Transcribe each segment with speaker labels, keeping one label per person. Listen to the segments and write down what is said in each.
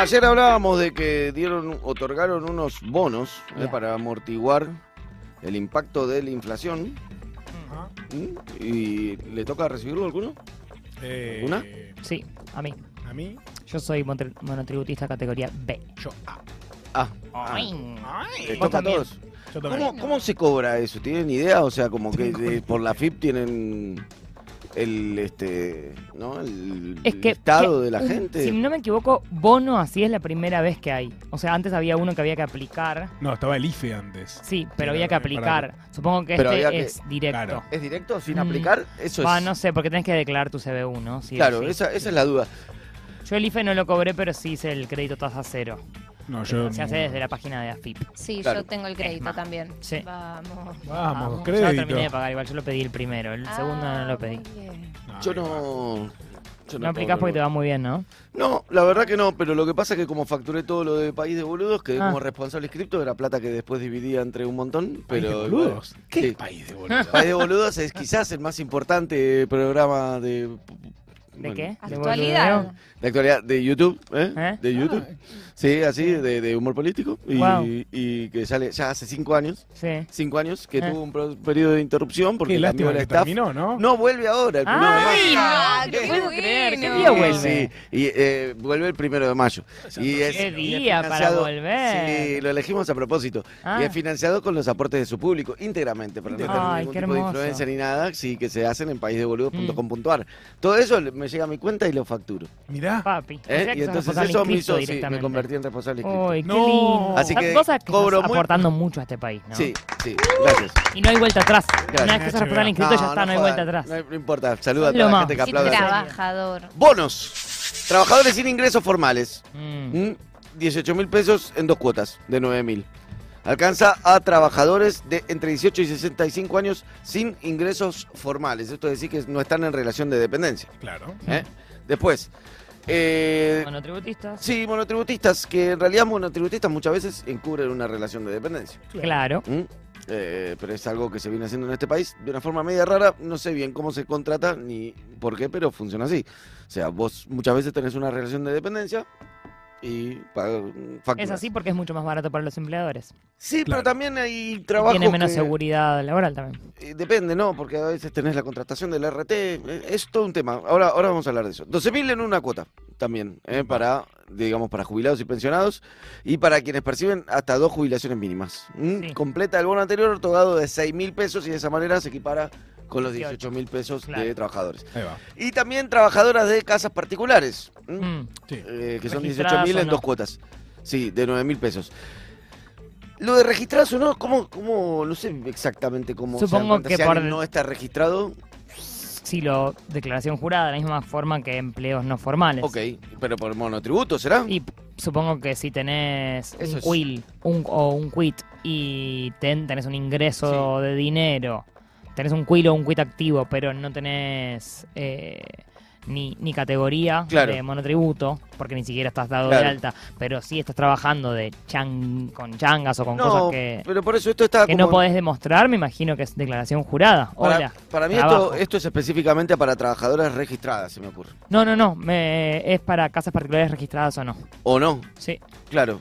Speaker 1: ayer hablábamos de que dieron, otorgaron unos bonos eh,
Speaker 2: Ya.
Speaker 1: para amortiguar el impacto de la inflación. ¿Mm? ¿Y le toca recibirlo a alguno?
Speaker 3: Eh,
Speaker 1: ¿Una?
Speaker 2: Sí, a mí.
Speaker 3: A mí,
Speaker 2: Yo soy monotri- monotributista categoría B.
Speaker 3: yo. Ah,
Speaker 1: Ah,
Speaker 2: Ay.
Speaker 1: le
Speaker 2: vos
Speaker 1: toca a
Speaker 2: también.
Speaker 1: todos.
Speaker 3: yo también.
Speaker 1: ¿Cómo, cómo se cobra eso? ¿Tienen idea? O sea, como que de- por la FIP tienen el este no el,
Speaker 2: Es que,
Speaker 1: estado
Speaker 2: que
Speaker 1: de la
Speaker 2: un-
Speaker 1: gente.
Speaker 2: Si no me equivoco, bono así es la primera vez que hay. O sea, antes había uno que había que aplicar.
Speaker 3: No, estaba el IFE antes.
Speaker 2: Sí, pero
Speaker 3: Sí,
Speaker 2: había que
Speaker 3: para- para-
Speaker 2: aplicar. Supongo que
Speaker 1: Pero
Speaker 2: este
Speaker 1: había que-
Speaker 2: es directo.
Speaker 3: Claro.
Speaker 1: ¿Es directo sin
Speaker 2: Mm.
Speaker 1: aplicar? Eso
Speaker 2: Va,
Speaker 1: es.
Speaker 2: no sé, porque tenés que declarar tu CBU, ¿no? Sí o
Speaker 1: claro,
Speaker 2: sí.
Speaker 1: esa, esa es la duda.
Speaker 2: Yo el IFE no lo cobré, pero sí hice el crédito tasa cero.
Speaker 3: No, yo.
Speaker 2: Se hace desde la página de AFIP.
Speaker 4: Sí,
Speaker 1: Claro.
Speaker 4: yo tengo el crédito también.
Speaker 2: Sí.
Speaker 4: Vamos.
Speaker 3: Vamos,
Speaker 2: Yo lo Ah, terminé de
Speaker 3: crédito.
Speaker 2: pagar, igual yo lo pedí el primero, el segundo no
Speaker 4: Ah,
Speaker 2: lo pedí.
Speaker 4: muy bien.
Speaker 3: No,
Speaker 1: Yo
Speaker 3: ahí va.
Speaker 1: no. Yo
Speaker 2: No aplicás
Speaker 1: puedo-
Speaker 2: porque te va muy bien, ¿no?
Speaker 1: No, la verdad que no, pero lo que pasa es que como facturé todo lo de País de Boludos, quedé
Speaker 2: Ah.
Speaker 1: como responsable inscripto, era plata que después dividía entre un montón,
Speaker 3: País de
Speaker 1: pero...
Speaker 3: boludos. ¿Qué
Speaker 1: Sí. Ah,
Speaker 3: país de boludos?
Speaker 1: País de Boludos es quizás el más importante programa de...
Speaker 2: ¿De
Speaker 1: bueno,
Speaker 2: qué? ¿De
Speaker 4: Actualidad.
Speaker 2: boludeo?
Speaker 1: De actualidad, de YouTube, ¿eh?
Speaker 2: ¿Eh?
Speaker 1: De YouTube. Sí, así, de, de humor político. Y,
Speaker 2: Guau.
Speaker 1: y que sale ya hace cinco años,
Speaker 2: Sí.
Speaker 1: cinco años, que
Speaker 2: Eh.
Speaker 1: tuvo un pro- periodo de interrupción porque
Speaker 3: Qué
Speaker 1: cambió
Speaker 3: lástima
Speaker 1: el
Speaker 3: que
Speaker 1: staff.
Speaker 3: terminó, ¿no?
Speaker 1: No vuelve ahora el programa.
Speaker 2: ¡Ay,
Speaker 4: no!
Speaker 1: Ah, ¿Qué?
Speaker 4: ¡Qué bueno!
Speaker 2: ¿Qué
Speaker 1: Sí,
Speaker 2: día
Speaker 1: Sí,
Speaker 2: vuelve?
Speaker 1: y eh, vuelve el primero de mayo. Y es, y
Speaker 2: ¡Qué
Speaker 1: es
Speaker 2: día para
Speaker 1: financiado-
Speaker 2: volver!
Speaker 1: Sí, lo elegimos a propósito.
Speaker 2: Ah.
Speaker 1: Y es financiado con los aportes de su público, íntegramente, para no tener
Speaker 2: Ay,
Speaker 1: ningún
Speaker 2: qué
Speaker 1: tipo de
Speaker 2: hermoso. Mm.
Speaker 1: influencia ni nada, sí, que se hacen en paisdeboludos.com.ar. Todo eso le- me llega a mi cuenta y lo facturo.
Speaker 3: Mirá.
Speaker 2: Papi. O
Speaker 1: ¿eh?
Speaker 2: sea que
Speaker 1: Y
Speaker 2: sos
Speaker 1: entonces
Speaker 2: responsable
Speaker 1: eso me
Speaker 2: inscripto
Speaker 1: hizo, sí, me
Speaker 2: directamente.
Speaker 1: convertí en responsable inscripto.
Speaker 2: Uy, qué
Speaker 3: No.
Speaker 2: lindo. Ah,
Speaker 1: Así que
Speaker 2: Vos sabés que
Speaker 1: cobro
Speaker 2: estás
Speaker 1: muy-
Speaker 2: aportando mucho a este país, ¿no?
Speaker 1: Sí, sí, gracias.
Speaker 2: Y no hay vuelta atrás. Una vez que
Speaker 3: Gracias,
Speaker 2: sos responsable inscrito ya está, no, hay
Speaker 1: jodan,
Speaker 2: vuelta atrás.
Speaker 1: No, hay- no importa, saluda a
Speaker 2: Lo
Speaker 1: toda la
Speaker 2: más.
Speaker 1: gente que
Speaker 4: ¡Qué
Speaker 1: aplaude.
Speaker 4: trabajador!
Speaker 1: Bonos. Trabajadores sin ingresos formales.
Speaker 2: Mm.
Speaker 1: 18 mil pesos en dos cuotas de 9 mil. Alcanza a trabajadores de entre 18 y 65 años sin ingresos formales. Esto es decir que no están en relación de dependencia.
Speaker 3: Claro.
Speaker 1: ¿eh? Después, eh,
Speaker 2: Monotributistas.
Speaker 1: sí, monotributistas, que en realidad monotributistas muchas veces encubren una relación de dependencia.
Speaker 2: Claro.
Speaker 1: ¿Mm? Eh, pero es algo que se viene haciendo en este país de una forma media rara. No sé bien cómo se contrata ni por qué, pero funciona así. O sea, vos muchas veces tenés una relación de dependencia y pagas
Speaker 2: Es
Speaker 1: facturas.
Speaker 2: así porque es mucho más barato para los empleadores.
Speaker 1: Sí,
Speaker 3: Claro.
Speaker 1: pero también hay
Speaker 2: Y
Speaker 1: trabajo.
Speaker 2: tiene menos
Speaker 1: que-
Speaker 2: seguridad laboral también.
Speaker 1: eh, Depende, ¿no? Porque a veces tenés la contratación del RT. eh, Es todo un tema. Ahora, ahora vamos a hablar de eso. 12.000 en una cuota también, eh, para, digamos, para jubilados y pensionados y para quienes perciben hasta dos jubilaciones mínimas. ¿Mm?
Speaker 2: Sí.
Speaker 1: Completa el bono anterior otorgado de 6.000 pesos y de esa manera se equipara con los
Speaker 2: 18.000
Speaker 1: 18.000 pesos de
Speaker 2: Claro.
Speaker 1: trabajadores.
Speaker 3: Ahí va.
Speaker 1: Y también trabajadoras de casas particulares. ¿Mm?
Speaker 2: Mm.
Speaker 3: Sí.
Speaker 1: Eh, que son
Speaker 2: ¿Registradas
Speaker 1: 18 mil
Speaker 2: o
Speaker 1: en
Speaker 2: no?
Speaker 1: dos cuotas. Sí, de 9 mil pesos. Lo de registrados o no, ¿cómo, cómo, no sé exactamente cómo se dan
Speaker 2: Supongo
Speaker 1: cuenta.
Speaker 2: que
Speaker 1: si
Speaker 2: por-
Speaker 1: alguien no está registrado,
Speaker 2: Sí, lo declaración jurada, de la misma forma que empleos no formales.
Speaker 1: ok, pero por monotributo será.
Speaker 2: Y p- supongo que si tenés
Speaker 1: Eso
Speaker 2: un
Speaker 1: es-
Speaker 2: quill un, o un quit y ten- tenés un ingreso de dinero, tenés un quill o un quit activo, pero no tenés eh, ni, ni categoría
Speaker 1: Claro.
Speaker 2: de monotributo, porque ni siquiera estás dado
Speaker 1: Claro.
Speaker 2: de alta, pero sí estás trabajando de chan, con changas o con
Speaker 1: no,
Speaker 2: cosas que,
Speaker 1: pero por eso esto está
Speaker 2: que
Speaker 1: como...
Speaker 2: no podés demostrar, me imagino que es declaración jurada.
Speaker 1: para,
Speaker 2: Hola.
Speaker 1: para mí
Speaker 2: trabajo.
Speaker 1: esto, esto es específicamente para trabajadoras registradas, se me ocurre.
Speaker 2: No, no, no, me- es para casas particulares registradas o no.
Speaker 1: ¿O no?
Speaker 2: Sí.
Speaker 1: Claro.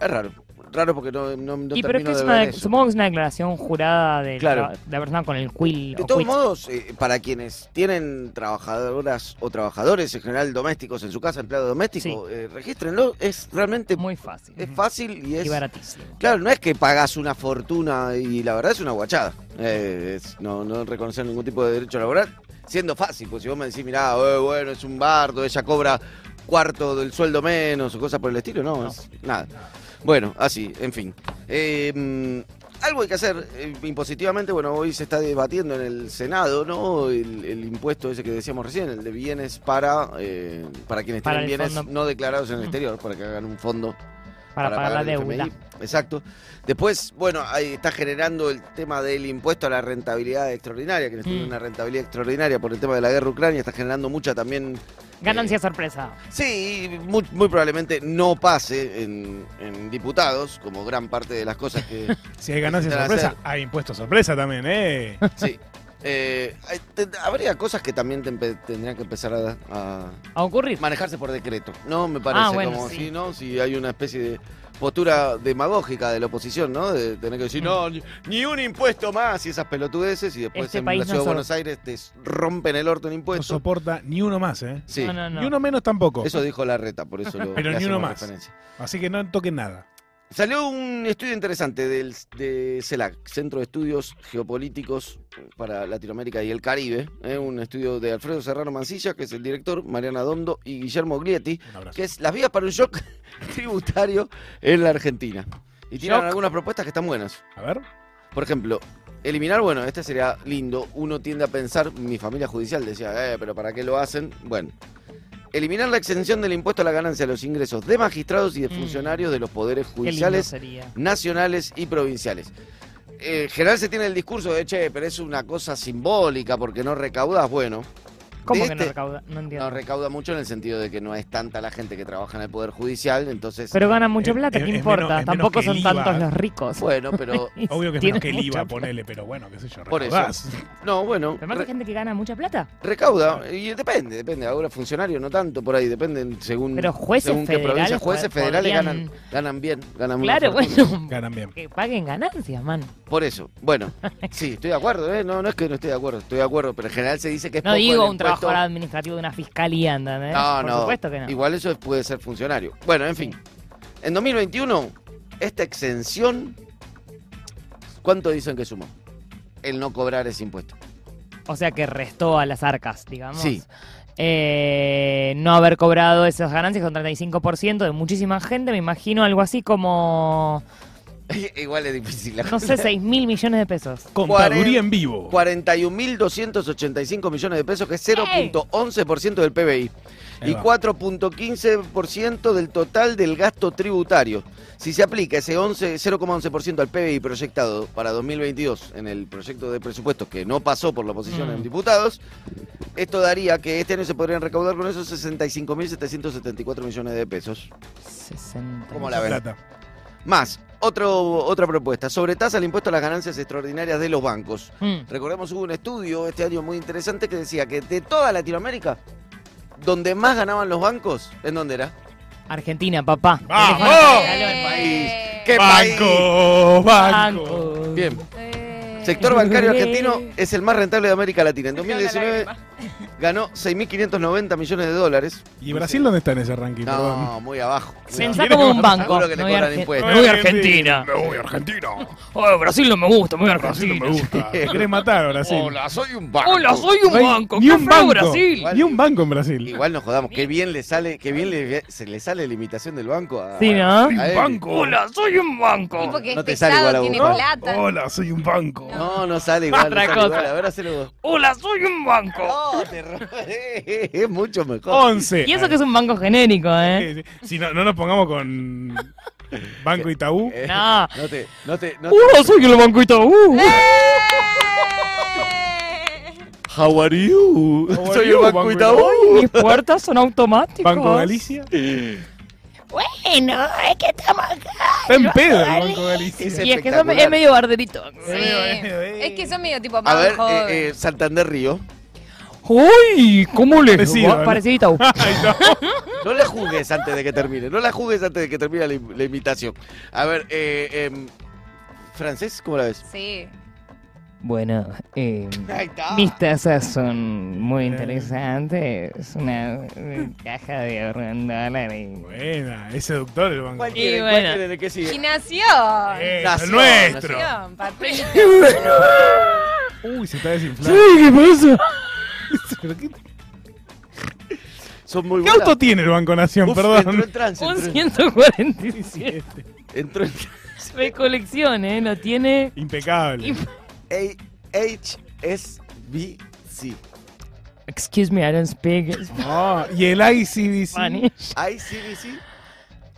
Speaker 1: Es raro. Raro porque no, no, no
Speaker 2: y pero es
Speaker 1: termino
Speaker 2: que es
Speaker 1: de
Speaker 2: una,
Speaker 1: ver
Speaker 2: de-
Speaker 1: eso.
Speaker 2: supongo que es una declaración jurada de,
Speaker 1: Claro.
Speaker 2: la, de la persona con el quill
Speaker 1: De
Speaker 2: o
Speaker 1: todos
Speaker 2: quit.
Speaker 1: modos, eh, para quienes tienen trabajadoras o trabajadores en general domésticos en su casa, empleado doméstico, eh, regístrenlo. Es realmente
Speaker 2: muy fácil
Speaker 1: es fácil y
Speaker 2: y
Speaker 1: es.
Speaker 2: baratísimo.
Speaker 1: Claro, no es que pagas una fortuna y la verdad es una guachada. Eh, es no, no reconocer ningún tipo de derecho laboral, siendo fácil, pues si vos me decís, mirá, eh, bueno, es un bardo, ella cobra cuarto del sueldo menos o cosas por el estilo, no,
Speaker 2: No.
Speaker 1: es nada. Bueno, así, en fin. Eh, mm, algo hay que hacer eh, impositivamente, bueno, hoy se está debatiendo en el Senado, ¿no? El, el impuesto ese que decíamos recién, el de bienes para, eh, para quienes
Speaker 2: Para
Speaker 1: tienen
Speaker 2: el
Speaker 1: bienes
Speaker 2: fondo.
Speaker 1: no declarados en el
Speaker 2: Mm.
Speaker 1: exterior, para que hagan un fondo
Speaker 2: Para, pagar la
Speaker 1: el
Speaker 2: deuda.
Speaker 1: FMI. Exacto. Después, bueno, ahí está generando el tema del impuesto a la rentabilidad extraordinaria, que tienen
Speaker 2: Mm.
Speaker 1: una rentabilidad extraordinaria por el tema de la guerra ucrania, está generando mucha también.
Speaker 2: Ganancia sorpresa.
Speaker 1: Sí, muy, muy probablemente no pase en, en diputados, como gran parte de las cosas que.
Speaker 3: Si hay ganancia
Speaker 1: Intentar
Speaker 3: sorpresa,
Speaker 1: hacer-
Speaker 3: hay impuesto sorpresa también, ¿eh?
Speaker 1: sí. eh, hay- te- habría cosas que también te empe- tendrían que empezar a, a
Speaker 2: ¿A ocurrir?
Speaker 1: manejarse por decreto, ¿no? Me parece
Speaker 2: Ah, bueno,
Speaker 1: como
Speaker 2: sí.
Speaker 1: si, ¿no? Si hay una especie de postura demagógica de la oposición, ¿no? De tener que decir,
Speaker 2: Mm.
Speaker 1: no, ni, ni un impuesto más y esas pelotudeces y después
Speaker 2: Este
Speaker 1: en
Speaker 2: país
Speaker 1: la
Speaker 2: no
Speaker 1: Ciudad de
Speaker 2: so-
Speaker 1: Buenos Aires te rompen el orto en
Speaker 3: No
Speaker 1: impuestos.
Speaker 3: soporta ni uno más, ¿eh?
Speaker 1: sí.
Speaker 2: No, no, no.
Speaker 3: Ni uno menos tampoco.
Speaker 1: Eso dijo la reta, por eso lo
Speaker 3: Pero
Speaker 1: le
Speaker 3: ni uno
Speaker 1: hacemos
Speaker 3: más.
Speaker 1: referencia.
Speaker 3: Así que no toquen nada.
Speaker 1: Salió un estudio interesante del, de CELAC, Centro de Estudios Geopolíticos para Latinoamérica y el Caribe. ¿eh? Un estudio de Alfredo Serrano Mancilla, que es el director, Mariana Dondo y Guillermo Glietti,
Speaker 3: Un abrazo.
Speaker 1: que es Las vías para un shock tributario en la Argentina. Y tienen
Speaker 2: Shock.
Speaker 1: algunas propuestas que están buenas.
Speaker 3: A ver.
Speaker 1: Por ejemplo, eliminar, bueno, este sería lindo. Uno tiende a pensar, mi familia judicial decía, eh, pero ¿para qué lo hacen? Bueno, eliminar la exención del impuesto a la ganancia de los ingresos de magistrados y de
Speaker 2: Mm.
Speaker 1: funcionarios de los poderes
Speaker 2: Qué lindo
Speaker 1: judiciales
Speaker 2: sería.
Speaker 1: nacionales y provinciales. Eh, En general se tiene el discurso de, che, pero es una cosa simbólica porque no recaudas, bueno.
Speaker 2: ¿Cómo
Speaker 1: de
Speaker 2: que no
Speaker 1: este-
Speaker 2: recauda? No entiendo.
Speaker 1: No recauda mucho en el sentido de que no es tanta la gente que trabaja en el Poder Judicial, entonces...
Speaker 2: Pero ganan mucha
Speaker 3: Es-
Speaker 2: plata, ¿qué
Speaker 3: es- es
Speaker 2: importa?
Speaker 3: menos- es menos
Speaker 2: Tampoco
Speaker 3: que
Speaker 2: son
Speaker 3: el IVA.
Speaker 2: tantos los ricos.
Speaker 1: bueno, pero...
Speaker 3: Obvio que es
Speaker 2: Tiene
Speaker 3: menos que el
Speaker 2: mucha
Speaker 3: IVA,
Speaker 2: plata.
Speaker 3: ponele, pero bueno, qué sé yo.
Speaker 1: Por eso.
Speaker 3: recaudás.
Speaker 1: No, bueno,
Speaker 2: Pero aparte hay
Speaker 1: re-
Speaker 2: gente que gana mucha plata.
Speaker 1: recauda, y depende, depende. Ahora funcionario no tanto, por ahí, depende según...
Speaker 2: Pero jueces
Speaker 1: según qué provincia.
Speaker 2: federales
Speaker 1: Jueces
Speaker 2: pod-
Speaker 1: federales
Speaker 2: podrían-
Speaker 1: ganan, ganan bien, ganan una
Speaker 2: Claro,
Speaker 1: fortuna.
Speaker 2: bueno.
Speaker 3: Ganan bien.
Speaker 2: Que paguen ganancias, man.
Speaker 1: Por eso, bueno, sí, estoy de acuerdo, ¿eh? No, no es que no esté de acuerdo, estoy de acuerdo, pero en general se dice que es
Speaker 2: No
Speaker 1: poco
Speaker 2: digo
Speaker 1: el
Speaker 2: un
Speaker 1: impuesto-
Speaker 2: trabajo administrativo de una fiscalía, ¿entendés?
Speaker 1: No,
Speaker 2: ¿Eh? Por
Speaker 1: no.
Speaker 2: supuesto que no.
Speaker 1: Igual eso puede ser funcionario. Bueno, en fin. En 2021, esta exención, ¿cuánto dicen que sumó? El no cobrar ese impuesto.
Speaker 2: O sea que restó a las arcas, digamos.
Speaker 1: Sí.
Speaker 2: Eh, no haber cobrado esas ganancias con 35% de muchísima gente, me imagino algo así como,
Speaker 1: Igual es difícil. la
Speaker 2: no sé,
Speaker 1: cosa.
Speaker 2: 6 mil millones de pesos.
Speaker 1: Cuaren-
Speaker 3: Contaduría en vivo.
Speaker 1: 41.285 millones de pesos, que es 0.11% del PBI.
Speaker 3: Ahí
Speaker 1: Y
Speaker 3: va.
Speaker 1: 4.15% del total del gasto tributario. Si se aplica ese 11 0,11% al PBI proyectado para 2022 en el proyecto de presupuesto que no pasó por la oposición
Speaker 2: Mm.
Speaker 1: en diputados, esto daría que este año se podrían recaudar con esos 65.774 millones de pesos.
Speaker 2: 60.
Speaker 1: ¿Cómo la
Speaker 3: Mucha
Speaker 1: ven?
Speaker 3: plata.
Speaker 1: Más, otro, otra propuesta, sobre tasa al impuesto a las ganancias extraordinarias de los bancos.
Speaker 2: Mm.
Speaker 1: Recordemos, hubo un estudio este año muy interesante que decía que de toda Latinoamérica, donde más ganaban los bancos, ¿en dónde era?
Speaker 2: Argentina, papá.
Speaker 3: ¡Vamos!
Speaker 2: Dejaron-
Speaker 1: país.
Speaker 4: Eh,
Speaker 1: ¡Qué país!
Speaker 3: Banco, banco.
Speaker 2: Banco.
Speaker 1: Bien.
Speaker 4: eh,
Speaker 1: Sector bancario argentino es el más rentable de América Latina. En 2019 ganó 6.590 millones de dólares.
Speaker 3: ¿Y Brasil dónde está en ese ranking? Perdón.
Speaker 1: No, muy abajo. Muy
Speaker 2: Pensá
Speaker 1: abajo.
Speaker 2: como un
Speaker 1: Seguro
Speaker 2: banco.
Speaker 1: que le
Speaker 2: no voy a
Speaker 1: cobran
Speaker 2: Arge-
Speaker 1: impuestos.
Speaker 2: Me voy a Argentina.
Speaker 3: Me voy a Argentina.
Speaker 2: Oh, Brasil no me gusta, me voy a
Speaker 3: Brasil no
Speaker 2: Argentina.
Speaker 3: me gusta. Me Querés matar a Brasil.
Speaker 1: soy un
Speaker 2: Hola, soy un
Speaker 3: No hay
Speaker 2: banco.
Speaker 3: ni
Speaker 2: ¡Qué
Speaker 3: un
Speaker 2: feo
Speaker 3: banco.
Speaker 2: Brasil!
Speaker 1: Igual-
Speaker 3: Ni un banco en Brasil.
Speaker 1: Igual nos jodamos. Qué bien le sale, qué bien le, se le sale la imitación del banco a.
Speaker 2: Sí,
Speaker 1: a
Speaker 2: ¿no?
Speaker 1: él.
Speaker 2: Hola, soy un banco.
Speaker 4: Tipo que
Speaker 1: No
Speaker 4: es
Speaker 1: te sale igual a vos,
Speaker 4: pesado,
Speaker 1: Oh,
Speaker 4: tiene
Speaker 1: ¿no?
Speaker 4: plata.
Speaker 3: Hola, soy un banco.
Speaker 1: No, no sale igual.
Speaker 2: Otra
Speaker 1: no sale igual.
Speaker 2: cosa.
Speaker 1: A ver, hacelo vos.
Speaker 2: Hola, soy un banco.
Speaker 1: No, te robé. Es mucho mejor.
Speaker 3: 11.
Speaker 2: Y eso que es un banco genérico, ¿eh?
Speaker 3: Sí, sí. Si no, no nos pongamos con Banco Itaú.
Speaker 1: Eh,
Speaker 2: No.
Speaker 1: No te, no te, no te-
Speaker 2: Hola, soy el banquito. Uh.
Speaker 1: How are you?
Speaker 3: How are
Speaker 1: Soy
Speaker 3: you,
Speaker 1: el Banco
Speaker 3: Banco
Speaker 1: Itaú.
Speaker 2: Mis puertas son automáticas.
Speaker 3: Banco Galicia.
Speaker 2: Bueno, es que estamos acá.
Speaker 3: Está en pedo el Banco Galicia.
Speaker 1: Es
Speaker 2: Y es que eso me-
Speaker 1: espectacular.
Speaker 2: es medio barderito.
Speaker 4: Sí. Es que son medio tipo
Speaker 1: eh, A
Speaker 4: más
Speaker 1: ver,
Speaker 4: joven.
Speaker 1: eh, eh, Santander Río.
Speaker 2: ¡Uy! ¿Cómo les
Speaker 3: Parecido,
Speaker 2: va?
Speaker 3: ¿no?
Speaker 2: Parecido a Itaú.
Speaker 3: Ay, no.
Speaker 1: No la jugues antes de que termine. No la jugues antes de que termine la, im- la imitación. A ver, eh, em, francés, ¿cómo la ves?
Speaker 4: Sí.
Speaker 2: Bueno, eh,
Speaker 1: Ahí está.
Speaker 2: mis tazas son muy
Speaker 3: Eh.
Speaker 2: interesantes. Una eh, caja de ahorro en dólares.
Speaker 3: Buena, es seductor el Banco
Speaker 1: ¿Cuál
Speaker 3: Galicia.
Speaker 1: quieren?
Speaker 2: Y
Speaker 1: ¿Cuál
Speaker 2: bueno.
Speaker 1: quieren? ¿El que sigue?
Speaker 4: Gimnación.
Speaker 3: Eh,
Speaker 1: Nación,
Speaker 3: el nuestro.
Speaker 4: Gimnación, papi.
Speaker 3: Uy, se está desinflando.
Speaker 2: ¿Qué pasa?
Speaker 3: ¿Pero qué, qué
Speaker 1: Son muy buenas.
Speaker 3: auto tiene el Banco Nación?
Speaker 1: Uf, Entró
Speaker 3: Perdón.
Speaker 1: en trance.
Speaker 2: Un
Speaker 1: Entró, en-
Speaker 2: 147
Speaker 1: entró en trance.
Speaker 2: de colección, ¿eh? Lo tiene.
Speaker 3: Impecable.
Speaker 1: A- HSBC.
Speaker 2: Excuse me, I don't speak
Speaker 3: Ah, y el ICBC.
Speaker 2: Spanish.
Speaker 1: ICBC.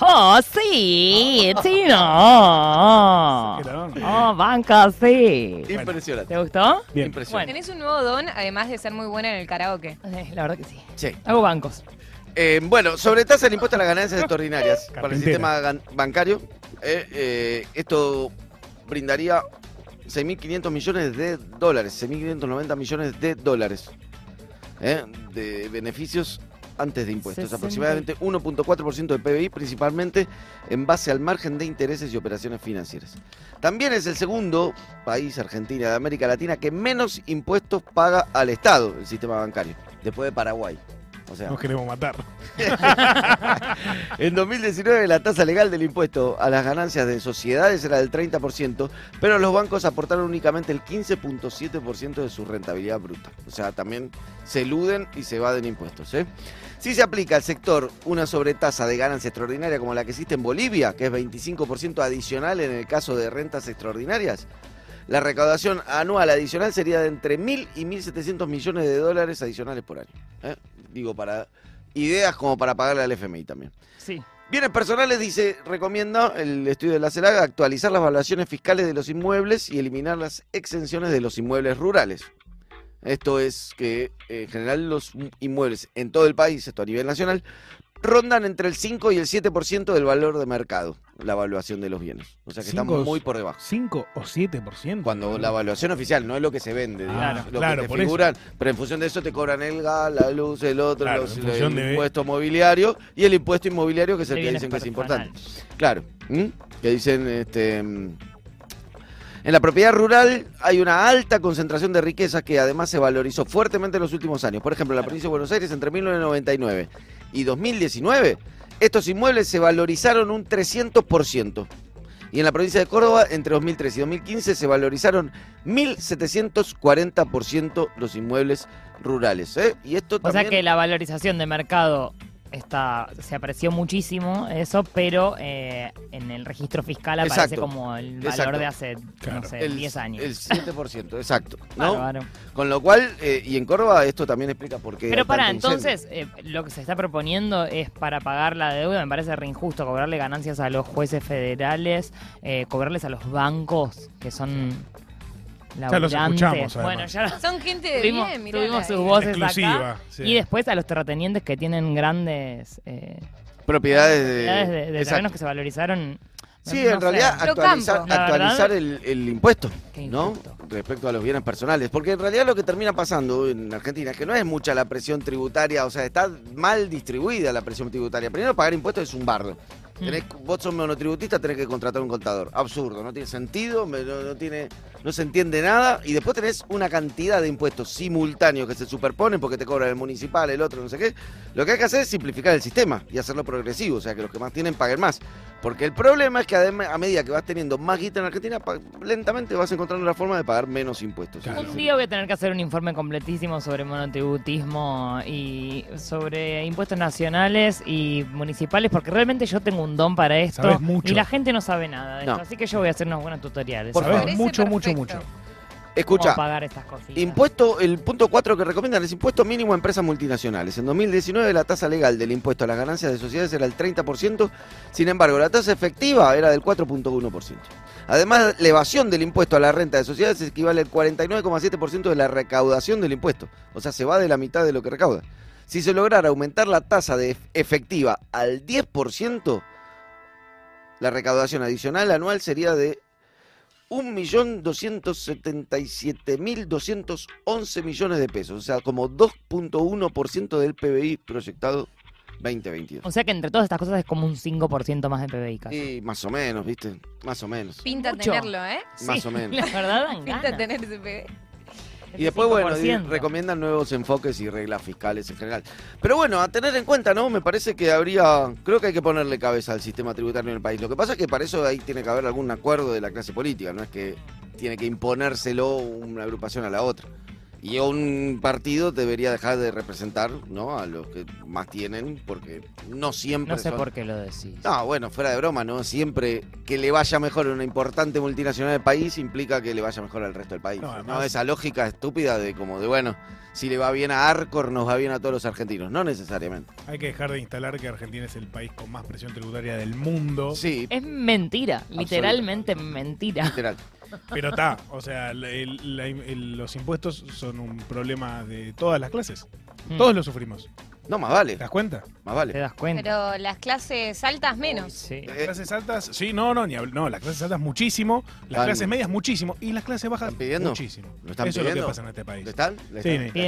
Speaker 2: Oh, sí, sí, no.
Speaker 3: Exagerado.
Speaker 2: Oh, banca, sí.
Speaker 1: Impresionante.
Speaker 2: ¿Te gustó?
Speaker 3: Bien.
Speaker 1: Impresionante.
Speaker 4: Tenés un nuevo don, además de ser muy buena en el karaoke.
Speaker 2: Eh, La verdad que sí.
Speaker 1: Sí.
Speaker 2: Hago bancos.
Speaker 1: Eh, bueno, sobre tasa del impuesto a las ganancias extraordinarias para el
Speaker 3: Carpintera.
Speaker 1: sistema gan- bancario, eh, eh, esto brindaría 6.500 millones de dólares, 6.590 millones de dólares ¿eh? de beneficios antes de impuestos,
Speaker 2: Sesenta y-
Speaker 1: aproximadamente 1.4% del PBI, principalmente en base al margen de intereses y operaciones financieras. También es el segundo país, Argentina, de América Latina, que menos impuestos paga al Estado, el sistema bancario, después de Paraguay. O sea,
Speaker 3: Nos queremos matar.
Speaker 1: en 2019 la tasa legal del impuesto a las ganancias de sociedades era del 30%, pero los bancos aportaron únicamente el 15.7% de su rentabilidad bruta. O sea, también se eluden y se evaden impuestos. ¿eh? Si se aplica al sector una sobretasa de ganancia extraordinaria como la que existe en Bolivia, que es 25% adicional en el caso de rentas extraordinarias, la recaudación anual adicional sería de entre 1.000 y 1.700 millones de dólares adicionales por año. ¿eh? Digo, para ideas como para pagarle al FMI también.
Speaker 2: Sí.
Speaker 1: Bienes personales, dice, recomienda el estudio de la CELAG actualizar las valuaciones fiscales de los inmuebles y eliminar las exenciones de los inmuebles rurales. Esto es que eh, en general los mu- inmuebles en todo el país, esto a nivel nacional, rondan entre el 5 y el 7% del valor de mercado, la valuación de los bienes. O sea que
Speaker 3: Cinco-
Speaker 1: estamos muy por debajo.
Speaker 3: 5 o 7%.
Speaker 1: Cuando la valuación oficial no es lo que se vende, digamos,
Speaker 3: Claro,
Speaker 1: lo que
Speaker 3: claro,
Speaker 1: te
Speaker 3: por eso.
Speaker 1: figuran, pero en función de eso te cobran el gas, la luz, el otro,
Speaker 3: Claro,
Speaker 1: los-
Speaker 3: en función
Speaker 1: el
Speaker 3: de-
Speaker 1: impuesto mobiliario y el impuesto inmobiliario que es el
Speaker 2: de
Speaker 1: que
Speaker 2: bienes
Speaker 1: dicen que es
Speaker 2: personales.
Speaker 1: importante. Claro, ¿m? que dicen, este, mm, en la propiedad rural hay una alta concentración de riquezas que además se valorizó fuertemente en los últimos años. Por ejemplo, en la provincia de Buenos Aires entre 1999 y 2019, estos inmuebles se valorizaron un 300%. Y en la provincia de Córdoba, entre 2003 y 2015, se valorizaron 1.740% los inmuebles rurales. ¿eh? Y esto
Speaker 2: O
Speaker 1: también...
Speaker 2: sea que la valorización de mercado está, se apreció muchísimo eso, pero eh, en el registro fiscal aparece
Speaker 1: Exacto.
Speaker 2: como el valor
Speaker 1: Exacto.
Speaker 2: de hace,
Speaker 3: Claro.
Speaker 2: no sé,
Speaker 1: el-
Speaker 2: 10 años.
Speaker 1: El 7%, exacto. ¿no?
Speaker 2: Bárbaro.
Speaker 1: Con lo cual, eh, y en Córdoba esto también explica por qué.
Speaker 2: Pero
Speaker 1: tanto
Speaker 2: para,
Speaker 1: incendio.
Speaker 2: entonces, eh, lo que se está proponiendo es para pagar la deuda, me parece re injusto cobrarle ganancias a los jueces federales, eh, cobrarles a los bancos, que son
Speaker 3: Ya los
Speaker 2: laburantes.
Speaker 3: escuchamos, además.
Speaker 2: Bueno, ya los-
Speaker 4: Son gente de
Speaker 2: tuvimos,
Speaker 4: bien, mirá.
Speaker 2: tuvimos sus
Speaker 4: ahí.
Speaker 2: voces acá.
Speaker 3: Exclusiva. sí.
Speaker 2: Y después a los terratenientes que tienen grandes eh,
Speaker 1: Propiedades de.
Speaker 2: propiedades de, de
Speaker 1: exacto.
Speaker 2: terrenos que se valorizaron.
Speaker 1: Sí,
Speaker 2: no
Speaker 1: en
Speaker 2: sé.
Speaker 1: realidad
Speaker 4: Pero
Speaker 1: actualizar,
Speaker 4: campo.
Speaker 2: La verdad-
Speaker 1: actualizar el, el impuesto,
Speaker 2: Qué
Speaker 1: ¿no?
Speaker 2: injusto.
Speaker 1: Respecto a los bienes personales. Porque en realidad lo que termina pasando en Argentina es que no es mucha la presión tributaria, o sea, está mal distribuida la presión tributaria. Primero, pagar impuestos es un bardo.
Speaker 2: Mm.
Speaker 1: Tenés- vos sos monotributista, tenés que contratar un contador. Absurdo, no tiene sentido, me- no, no tiene, no se entiende nada. Y después tenés una cantidad de impuestos simultáneos que se superponen porque te cobran el municipal, el otro, no sé qué. Lo que hay que hacer es simplificar el sistema y hacerlo progresivo, o sea, que los que más tienen paguen más. Porque el problema es que adem- a medida que vas teniendo más guita en Argentina, pa- lentamente vas encontrando la forma de pagar menos impuestos.
Speaker 3: Claro.
Speaker 2: Un día voy a tener que hacer un informe completísimo sobre monotributismo y sobre impuestos nacionales y municipales, porque realmente yo tengo un don para esto
Speaker 3: Sabes mucho.
Speaker 2: y la gente no sabe nada de
Speaker 1: No.
Speaker 2: esto, así que yo voy a hacer unos buenos tutoriales.
Speaker 1: Por
Speaker 2: sobre
Speaker 1: favor.
Speaker 3: ¿Sabes?
Speaker 4: Parece
Speaker 3: Mucho, mucho, mucho.
Speaker 4: perfecto.
Speaker 2: cómo
Speaker 1: Escucha,
Speaker 2: pagar estas cositas.
Speaker 1: Impuesto, el punto 4 que recomiendan es impuesto mínimo a empresas multinacionales. En 2019 la tasa legal del impuesto a las ganancias de sociedades era el 30%, sin embargo la tasa efectiva era del 4.1%. Además, la evasión del impuesto a la renta de sociedades equivale al 49,7% de la recaudación del impuesto, o sea, se va de la mitad de lo que recauda. Si se lograra aumentar la tasa de efectiva al 10%, la recaudación adicional anual sería de 1.277.211 millones de pesos, o sea, como 2.1% del PBI proyectado 2022.
Speaker 2: O sea que entre todas estas cosas es como un 5% más de PBI casi.
Speaker 1: Y más o menos, ¿viste? Más o menos.
Speaker 4: Pinta
Speaker 2: Mucho.
Speaker 4: tenerlo, ¿eh?
Speaker 1: Más o menos.
Speaker 2: La verdad, dan
Speaker 4: Pinta
Speaker 2: ganas.
Speaker 4: tener ese pe-
Speaker 2: Ese
Speaker 1: Y después, bueno, di-
Speaker 2: 5%.
Speaker 1: recomiendan nuevos enfoques y reglas fiscales en general. Pero bueno, a tener en cuenta, ¿no? Me parece que habría, creo que hay que ponerle cabeza al sistema tributario en el país. Lo que pasa es que para eso ahí tiene que haber algún acuerdo de la clase política, no es que tiene que imponérselo una agrupación a la otra. Y un partido debería dejar de representar, ¿no? A los que más tienen, porque no siempre
Speaker 2: No sé
Speaker 1: son-
Speaker 2: por qué lo decís.
Speaker 1: no, bueno, fuera de broma, ¿no? Siempre que le vaya mejor a una importante multinacional del país implica que le vaya mejor al resto del país.
Speaker 3: No,
Speaker 1: No,
Speaker 3: además-
Speaker 1: esa lógica estúpida de como de, bueno, si le va bien a Arcor, nos va bien a todos los argentinos. No necesariamente.
Speaker 3: Hay que dejar de instalar que Argentina es el país con más presión tributaria del mundo.
Speaker 1: Sí,
Speaker 2: Es mentira, literalmente mentira.
Speaker 1: literal.
Speaker 3: Pero está, o sea, la- el- la- el- los impuestos son un problema de todas las clases.
Speaker 2: Mm.
Speaker 3: Todos lo sufrimos.
Speaker 1: No, más vale,
Speaker 3: ¿Te das cuenta?
Speaker 1: más
Speaker 2: ¿Te
Speaker 1: vale.
Speaker 2: das cuenta?
Speaker 4: Pero las clases altas menos.
Speaker 2: Sí.
Speaker 3: Las
Speaker 1: Eh.
Speaker 3: clases altas, sí, no, no, ni habl- no, las clases altas muchísimo, las
Speaker 1: Están-
Speaker 3: clases medias muchísimo y las clases bajas
Speaker 1: ¿Están pidiendo?
Speaker 3: muchísimo.
Speaker 1: ¿Lo están
Speaker 3: Eso es lo
Speaker 1: pidiendo?
Speaker 3: que pasa en este país.
Speaker 1: ¿Le están? ¿Le
Speaker 3: Sí,
Speaker 1: están?
Speaker 3: ni-
Speaker 2: Bien.